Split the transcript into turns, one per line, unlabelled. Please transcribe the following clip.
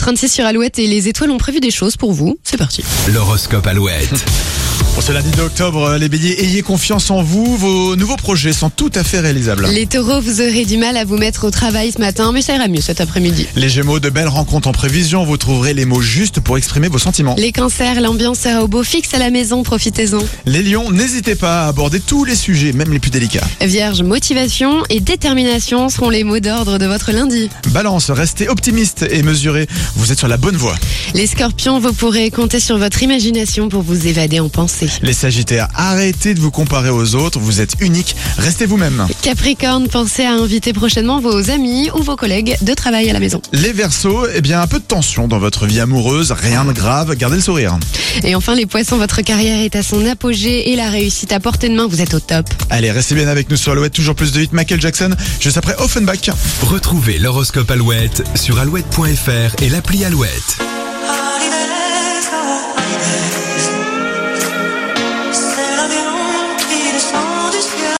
8h36 sur Alouette et les étoiles ont prévu des choses pour vous. C'est parti.
L'horoscope Alouette.
Pour ce lundi d'octobre, les béliers, ayez confiance en vous, vos nouveaux projets sont tout à fait réalisables.
Les taureaux, vous aurez du mal à vous mettre au travail ce matin, mais ça ira mieux cet après-midi.
Les gémeaux, de belles rencontres en prévision, vous trouverez les mots justes pour exprimer vos sentiments.
Les cancers, l'ambiance sera au beau fixe à la maison, profitez-en.
Les lions, n'hésitez pas à aborder tous les sujets, même les plus délicats.
Vierge, motivation et détermination seront les mots d'ordre de votre lundi.
Balance, restez optimiste et mesuré, vous êtes sur la bonne voie.
Les scorpions, vous pourrez compter sur votre imagination pour vous évader en pensée.
Les sagittaires, arrêtez de vous comparer aux autres, vous êtes unique, restez vous-même.
Capricorne, pensez à inviter prochainement vos amis ou vos collègues de travail à la maison.
Les versos, eh bien un peu de tension dans votre vie amoureuse, rien de grave, gardez le sourire.
Et enfin, les poissons, votre carrière est à son apogée et la réussite à portée de main, vous êtes au top.
Allez, restez bien avec nous sur Alouette, toujours plus de hits, Michael Jackson, juste après Offenbach.
Retrouvez l'horoscope Alouette sur alouette.fr et l'appli Alouette.